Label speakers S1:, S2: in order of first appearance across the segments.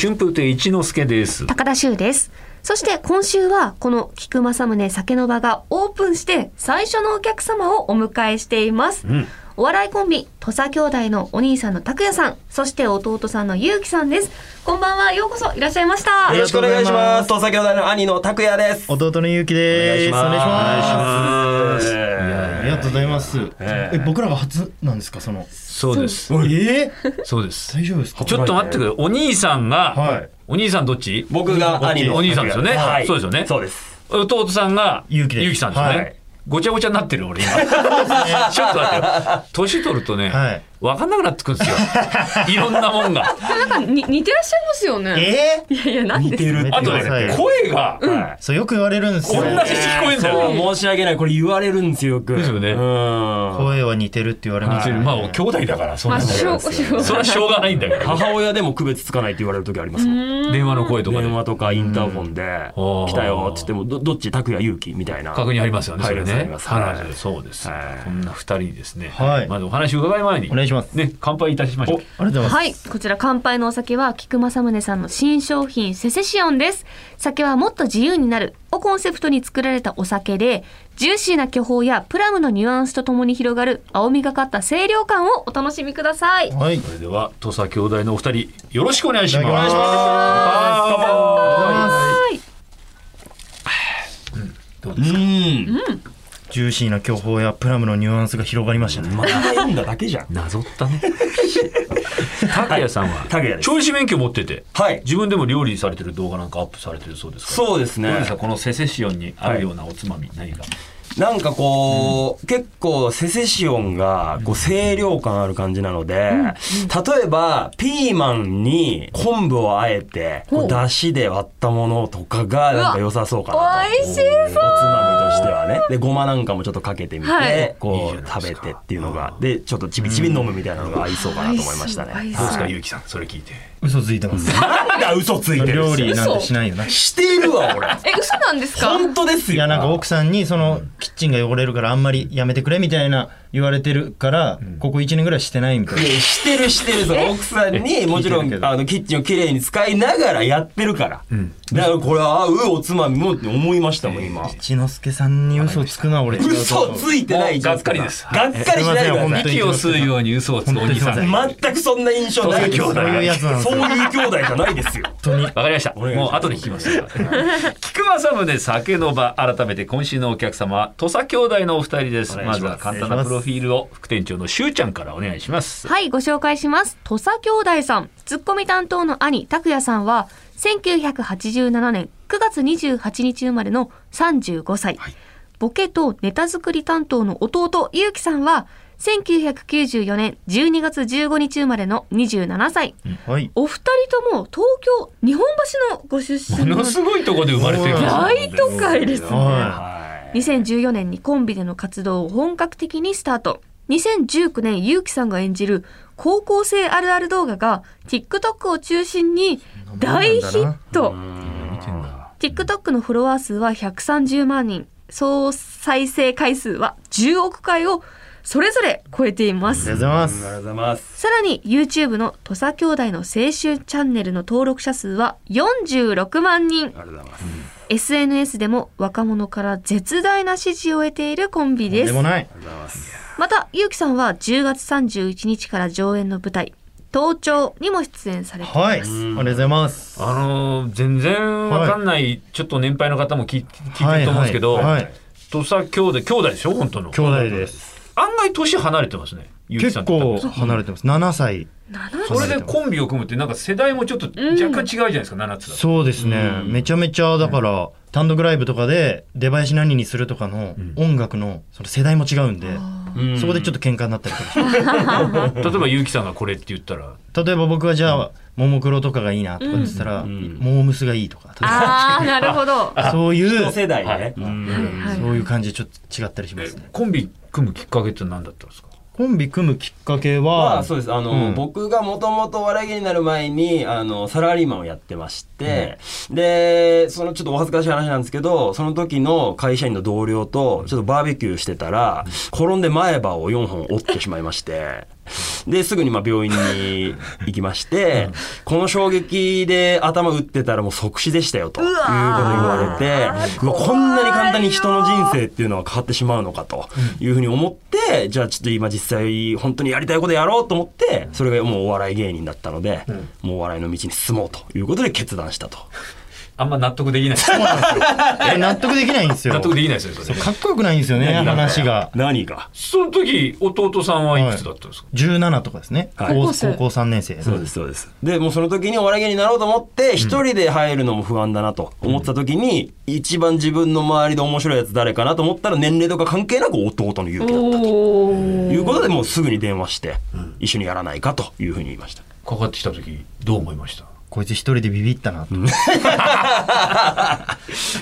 S1: 春風亭一之輔です。
S2: 高田修です。そして今週はこの菊正宗酒の場がオープンして最初のお客様をお迎えしています。
S1: うん
S2: お笑いコンビ、土佐兄弟のお兄さんの拓也さん、そして弟さんのゆうきさんです。こんばんは、ようこそいらっしゃいました。
S3: よろしくお願いします。と先ほどの兄の拓也です。
S4: 弟のゆうきで
S3: お
S4: す。
S3: 願いします
S4: お願いしますいやありがとうございます。
S1: え
S4: え、僕らが初なんですか、その。
S1: そうです。
S4: えー、
S1: そうです。
S4: 大丈夫ですか。
S1: ちょっと待ってくれ。お兄さんが、
S4: はい
S1: お兄さんどっち
S3: 僕が兄の
S1: お兄さんですよね
S3: はい
S1: そうですよね
S3: そうです。
S1: 弟さんが、
S4: ゆうきです
S1: さんですよね。
S4: はい
S1: ごちゃごちゃになってる俺 今。ちょっと待ってよ。年取るとね、
S4: はい
S1: 分かんなくなってくるん ですよ。いろんなもんが。
S2: なんかに似てらっしゃいますよね。
S4: えー、
S2: いやいや、なんで
S3: る
S1: あと
S4: 見てくださ
S1: ね、
S4: い
S1: 声が、
S4: そうよく言われるんですよ。
S1: 同じ聞こえんだよ
S3: そう申し訳ない。これ言われるんですよ、よく。
S1: ですよね
S3: うん。
S4: 声は似てるって言われますね。
S1: まあ、兄弟だから、そん
S2: ま
S1: な
S2: あ、
S1: んだけ
S2: し
S1: ど
S2: ょう、しょう。
S1: それはしょうがないんだけど。
S3: 母親でも区別つかないって言われる時ありますもん。
S1: 電話の声とかで
S3: 電。話とかインターホンで、
S1: うん
S3: 来たよって言っても、どどっち拓也勇気みたいな。
S1: 確認ありますよね、
S3: は
S1: そ
S3: い
S1: れ
S3: あ
S1: ね
S3: り。ます
S1: はい
S3: はい
S1: そうです
S3: は。い
S1: こんな二人ですね。
S4: はい
S1: まずお話を伺い前に。
S4: お願いします
S1: ね、乾杯いたしましょう。
S4: ありがとうございます。
S2: はい、こちら乾杯のお酒は菊正宗さんの新商品セセシオンです。酒はもっと自由になるをコンセプトに作られたお酒で、ジューシーな巨峰やプラムのニュアンスとともに広がる青みがかった清涼感をお楽しみください。
S4: はい。
S1: それでは、土佐兄弟のお二人、よろしくお願いします。
S4: お願いします
S1: 乾杯
S2: はい、
S3: うん。
S4: ジューシーな巨峰やプラムのニュアンスが広がりましたね。
S3: また読んだだけじゃん。
S1: なぞった ね。拓也さんは、
S3: 拓也です
S1: 調理師免許持ってて、
S3: はい。
S1: 自分でも料理されてる動画なんかアップされてるそうですから。
S3: そうです
S1: どう
S3: ね
S1: です。かこのセセシオンにあるようなおつまみ、何か。
S3: なんかこう、結構セセシオンがこう清涼感ある感じなので、例えばピーマンに昆布をあえて、こ
S2: ほう
S3: うだしで割ったものとかがなんか良さそうかなと。
S2: 美味し
S3: おつまみとしてはね。で、ごまなんかもちょっとかけてみて、
S2: はい
S3: こ
S1: いいじゃ
S3: う
S1: ないで
S3: 食
S1: す
S3: べ
S1: か
S3: てっていうのが、で、ちょっとちびちび飲むみたいなのが合いそうかなと思いましたね。
S2: 合い
S1: どうですか、
S2: はい
S1: ゆうきさん、それ聞いて。
S4: 嘘ついてます。
S3: なんだ嘘ついてる
S4: 料
S3: し
S4: 理なんてしないよな。
S3: してるわ、俺。
S2: え、嘘なんですか
S3: 本当ですよ。
S4: いやなんか奥さんにそのキッチンが汚れるからあんまりやめてくれみたいな言われてるからここ1年ぐらいしてないみたいない
S3: やしてるしてるその奥さんにもちろ
S4: 聞いてるけ
S3: ん
S4: ど
S3: あのキッチンをきれいに使いながらやってるから、だからこれは合うおつまみもって思いましたもん今、
S4: 一之輔さんに嘘つくな俺違うと
S3: 嘘
S4: 思う
S3: ついてないじゃん
S1: もうがっかりです
S3: がっかりしないでくだ
S4: すい
S3: さ
S4: ません
S3: い
S4: 息を吸うよ
S1: うに嘘をつ
S4: くお兄さん
S3: 全くそんな印象ないですよ
S1: そういう兄弟
S4: そういうやつなんです
S3: そうい
S4: よ
S3: う兄弟じゃないですよ
S4: 本当に
S1: わかりました。
S3: 願いします
S1: もう後で聞きます。菊間さむで酒の場、改めて今週のお客様は土佐兄弟のお二人です。
S3: お
S1: ま
S3: 願いしま
S1: ずは
S3: す
S1: 簡単なプロフィールを副店長のしゅうちゃんからお願いします。
S2: はい、ご紹介します。土佐兄弟さん、ツッコミ担当の兄、拓也さんは、1987年9月28日生まれの35歳。ボケとネタ作り担当の弟、ゆうきさんは、1994年12月15日生まれの27歳。
S4: はい
S2: お二人とも東京、日本橋のご出
S1: も
S2: 身の
S1: のすごいとこで生まれてるんですよ
S2: 大都会ですね。
S3: はい
S2: 2014年にコンビでの活動を本格的にスタート。2019年、ゆうきさんが演じる高校生あるある動画が TikTok を中心に大ヒット。TikTok のフォロワー数は130万人、総再生回数は10億回をそれぞれ超えていま
S4: あ
S2: す
S4: りが。とうございま
S3: ありが
S4: す
S3: とうございます
S2: さらに YouTube の土佐兄弟の青春チャンネルの登録者数は46万人
S3: あ。りがとうございます
S2: SNS でも若者から絶大な支持を得ているコンビ
S4: とん
S2: で
S4: ですも。ない
S3: ありがとうございます
S2: また、ゆうきさんは10月31日から上演の舞台、盗聴にも出演されています。
S4: はいありがとうございます
S1: あのー全然わかんない、ちょっと年配の方も聞い聞いてると思うんですけど、
S4: はいはいはい
S1: 土佐兄弟、兄弟でしょ、本当の。
S4: 兄弟です
S1: 案外年離れてますね。ゆうきさ
S4: 結
S1: んと
S4: 構離れてます7歳
S2: 7
S1: それでコンビを組むってなんか世代もちょっと若干違うじゃないですか、7つだと
S4: そうですねめちゃめちゃだから単独ライブとかで出囃子何にするとかの音楽のその世代も違うんでそこでちょっと喧嘩になったりとか
S1: 例えば結城さんがこれって言ったら
S4: 例えば僕はじゃあももクロとかがいいなとかって言ったら
S3: ん
S4: モームスがいいとか例え
S2: ああ、なるほど。
S4: ばそういう
S3: 同
S4: そ
S3: 世代ね、
S4: ういう感じでちょっと違ったりしま
S1: え
S4: すね
S1: コンビ組むきっかけって何だったんですか
S4: コンビ組むきっかけ
S3: ま
S4: は
S3: あそうですあの、
S4: うん
S3: 僕がもともとお笑い芸人になる前にあのサラリーマンをやってまして、でそのちょっとお恥ずかしい話なんですけどその時の会社員の同僚とちょっとバーベキューしてたら、転んで前歯を4本折ってしまいましてで、すぐにまあ病院に行きまして、この衝撃で頭打ってたらもう即死でしたよということ言われて、うわこんなに簡単に人の人生っていうのは変わってしまうのかというふうに思って、じゃあちょっと今実際本当にやりたいことやろうと思って、それがもうお笑い芸人だったので、もうお笑いの道に進もうということで決断 したと。
S1: あんま納得できないです。
S4: え納得できないんですよ。
S1: 納得できないですよ、それ
S4: かっこよくないんですよね、
S1: 何が
S4: 話が。
S3: 何が
S1: その時、弟さんはいくつだったんですか、
S4: 17とかですね。
S3: はい
S4: 高
S2: 高校生
S4: 高校3年生。
S3: そうですそうです。でもうその時にお笑い芸人になろうと思って一人で入るのも不安だなと思った時に、一番自分の周りで面白いやつ誰かなと思ったら年齢とか関係なく弟の勇気だったと
S2: お
S3: い
S2: ー
S3: うことでもうすぐに電話して一緒にやらないかというふうに言いました。
S1: かかってきた時、どう思いました
S4: こいつ一人でビビったなと。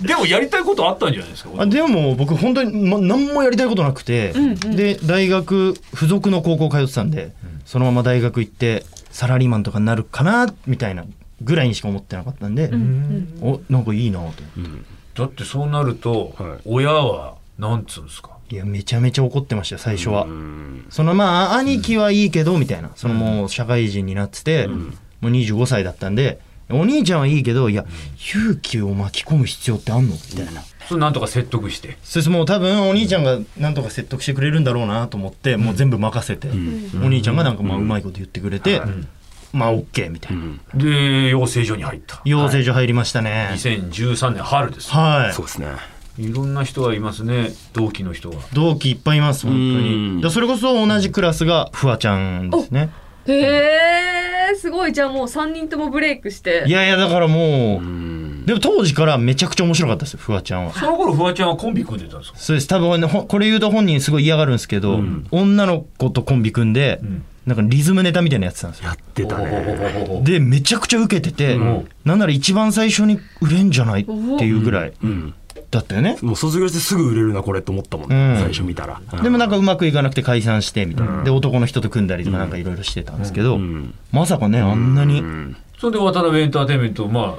S1: でもやりたいことあったんじゃないですか
S4: あでも僕本当にま何もやりたいことなくて、で大学付属の高校通ってたんで、そのまま大学行ってサラリーマンとかになるかなみたいなぐらいにしか思ってなかったんで、おなんかいいなと思って、
S1: だってそうなると、
S3: はい
S1: 親は、なんつうんですか
S4: いやめちゃめちゃ怒ってましたよ最初は、そのまあ兄貴はいいけどみたいなそのもう社会人になってて、もう25歳だったんでお兄ちゃんはいいけどいや勇気を巻き込む必要ってあんのみたいな
S1: それなんとか説得して。
S4: そうですもう多分お兄ちゃんがなんとか説得してくれるんだろうなと思って、もう全部任せて、お兄ちゃんがなんかまあうまいこと言ってくれて、まあ OK みたいな、
S1: で、養成所に入った。
S4: 養成所入りましたね
S1: 2013年春です。
S4: はい、
S3: そうですね。
S1: いろんな人がいますね、同期の人が。
S4: 同期いっぱいいます本当
S3: うん
S4: にだからそれこそ同じクラスがフワちゃんですね
S2: へーすごいじゃあもう3人ともブレイクして
S4: いやいやだからも
S3: う
S4: う、
S3: ん
S4: でも当時からめちゃくちゃ面白かったですよフワちゃんは
S1: その頃、フワちゃんはコンビ組んでたんですか
S4: そうです多分ねほこれ言うと本人すごい嫌がるんですけど、女の子とコンビ組んで、
S1: ん
S4: なんかリズムネタみたいなのやってたんですよ
S3: やってたね。
S1: ね。
S4: でめちゃくちゃ受けてて、
S1: ん
S4: なんなら一番最初に売れんじゃないっていうぐらい
S3: うん。
S4: だったよね、
S3: もう卒業してすぐ売れるなこれと思ったもん、
S4: うん
S3: ね最初見たら。
S4: でもなんかうまくいかなくて解散してみたいな、で男の人と組んだりとかなんかいろいろしてたんですけど、
S3: うん
S4: まさかねあんなに、
S3: うん
S1: それで渡辺エンターテインメント、まあ、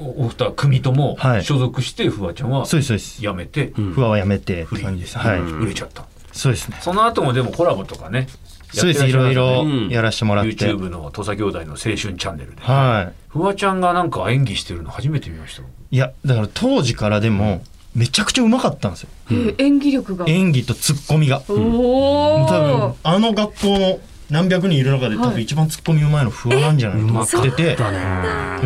S1: おお二組とも
S4: はい
S1: 所属して、フワちゃんは
S4: そうですそうです、
S1: 辞めて、
S4: 不安はやめてって
S1: フリ
S4: 感
S1: ー
S4: じ
S1: で
S4: です、はい
S1: 売れちゃった。
S4: そうですね
S1: その後もでもコラボとかね、
S4: そうです
S1: やっ
S4: い
S1: てらっしゃいまし
S4: ろいろ
S3: うん
S4: やらしても
S1: た
S4: らっ
S1: ね
S4: て、
S1: YouTube の土佐兄弟の青春チャンネルで。
S4: は
S1: フワちゃんがなんか演技してるの初めて見ました。
S4: いいやだから当時からでもめちゃくちゃうまかったんですよ
S2: えー演技力が
S4: 演技とツッコミが
S2: お
S4: もう多
S2: お
S4: 分あの学校の何百人いる中で多分一番ツッコミうまいの不安なんじゃないと思ってて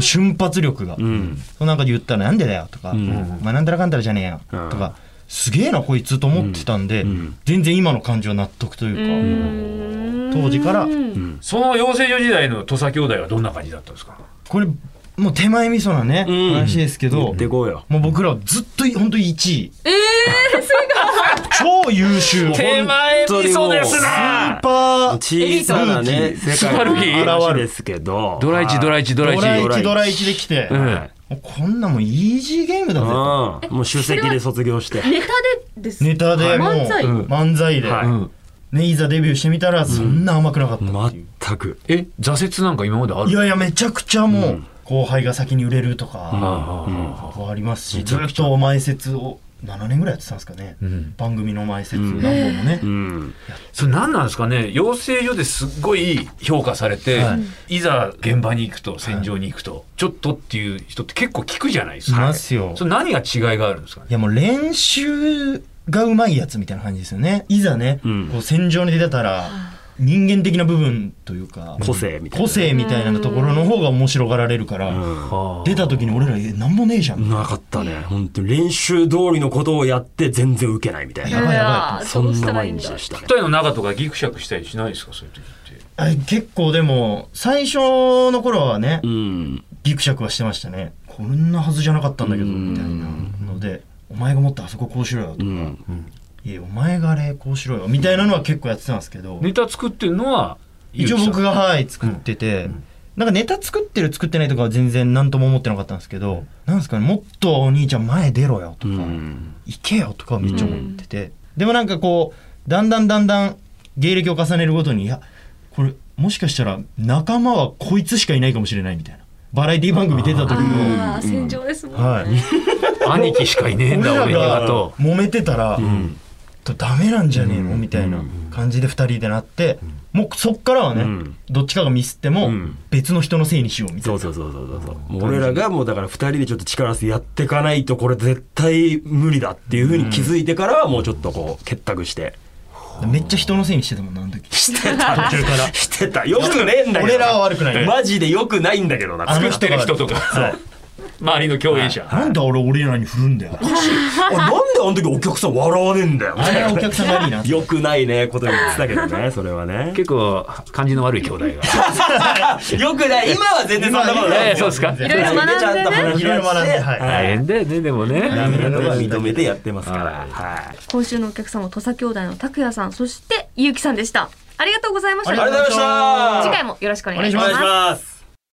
S4: 瞬発力が、
S3: うん。
S4: なんか言ったら「なんでだよ」とか「
S3: ん
S4: お前なんたらかんたらじゃねえよ」
S3: うん
S4: とか「すげえなこいつ」と思ってたんで、
S3: うんうん
S4: 全然今の感じは納得というか、当時から
S1: その養成所時代の土佐兄弟はどんな感じだったんですか
S4: これもう手前味噌なね、
S3: うん
S4: 話ですけど、
S3: 行ってこうよ。
S4: もう僕らはずっと本当に1位ええ超優秀
S1: 前
S3: 味噌です
S4: スーパー
S3: 小さなね、世界
S1: ルキー
S3: の話ですけど。
S1: ドライチドライチド
S4: ド
S1: ライチ。
S4: ラ
S3: イチ
S4: 1ドラ1で来て、も
S1: え
S4: うこんなもんイージーゲームだぜと
S3: うん。もう出席で卒業して。
S2: ネタでです
S4: ネタでもう
S2: 漫才
S4: うん漫才で、
S1: えうん
S4: ね、いざデビューしてみたらそんな甘くなかった、
S3: 全く。
S1: え、挫折なんか今まである
S4: いやいやめちゃくちゃもう後輩が先に売れるとか、
S1: あ
S4: こうありますしずっと前説を7年ぐらいやってたんですかね、
S1: ん
S4: 番組の前説何本もね、
S3: うん。
S1: あそれ何なんですかね養成所ですっごい評価されて、、
S4: はい
S1: ざ現場に行くと戦場に行くと、ちょっとっていう人って結構聞くじゃないです
S4: い
S1: か。
S4: ますよ、
S1: それ何が違いがあるんですかね
S4: いやもう練習がうまいやつみたいな感じですよねいざね、
S3: うん
S4: こう戦場に出たら人間的な部分というか
S3: 個性みたいな。
S4: 個性みたいなところの方が面白がられるから、出た時に俺らえなんもねえじゃん、
S3: なかったね。本当に練習通りのことをやって全然受けないみたい
S4: や
S3: な。
S4: ばいやばい
S2: いや
S3: そんな毎
S2: ん
S3: 日
S2: だ
S3: でしたね
S1: 二。人の中とかギクシャクしたりしないですかそういう時って。
S4: あ結構でも最初の頃はね、
S3: うん。
S4: ギクシャクはしてましたねこんなはずじゃなかったんだけど
S3: うん
S4: みたいなのでお前がもっとあそここうしろよ
S3: う
S4: とか、
S3: ん。
S4: いやお前があれこうしろよみたいなのは結構やってたんですけど、
S1: ネタ作ってるのは
S4: 一応僕
S1: が
S4: がはい作ってて、なんかネタ作ってる作ってないとかは全然何とも思ってなかったんですけど、なんですかねもっとお兄ちゃん前出ろよと
S3: う
S4: か、
S3: ん。
S4: 行けよとかはめっちゃ思ってて、でもなんかこうだんだんだんだん芸歴を重ねるごとにいやこれもしかしたら仲間はこいつしかいないかもしれないみたいなバラエティ番組出た時も。
S2: ああ戦場ですもんね、
S4: はい、
S1: 兄貴しかいねえんだ
S4: 俺
S1: 俺に
S4: ら
S1: は
S4: が
S1: と。
S4: 揉めてたら、とダメなんじゃねえの、
S3: うん
S4: みたいな感じで二人でなって、もうそっからはね、
S3: うん
S4: どっちかがミスっても、
S3: うん
S4: 別の人のせいにしようみたい
S3: そうそうそうそうそうそうもう俺らがもうだから2人でちょっと力合わせてやっていかないとこれ絶対無理だっていうふうに気づいてからはもうちょっとこう結託して
S4: なめっちゃ人のせいにしてたもんなあの時
S3: してた
S4: 途中から
S3: してたよくねえんだけど
S4: 俺らは悪くないよ
S3: マジでよくないんだけどな
S4: あ
S1: 作
S4: の
S1: ってる人とか
S4: そう
S1: 周りの共演者
S4: なんで俺俺らに振る んだよ
S3: あなんであの時お客さん笑わねえんだよ
S4: あれはお客さん悪いな
S3: よく ないねこと言ってたけどねそれはね
S1: 結構感じの悪い兄弟が
S3: よくない今は全然そんなこと ない
S1: ええそうですか
S2: いろいろ学んでね
S3: ちゃと話し合って
S4: いろいろ学んではい
S1: 大変だよねでも
S3: ダ
S1: ね
S3: メなのは認めてやってますから
S1: はい
S3: はい
S2: 今週のお客様土佐兄弟の拓也さんそしてゆうきさんでしたありがとうございました
S4: あり
S3: ありがとうございました
S2: 次回もよろしくお願いし
S4: お
S2: ま
S4: 願
S2: す
S4: いし
S3: ます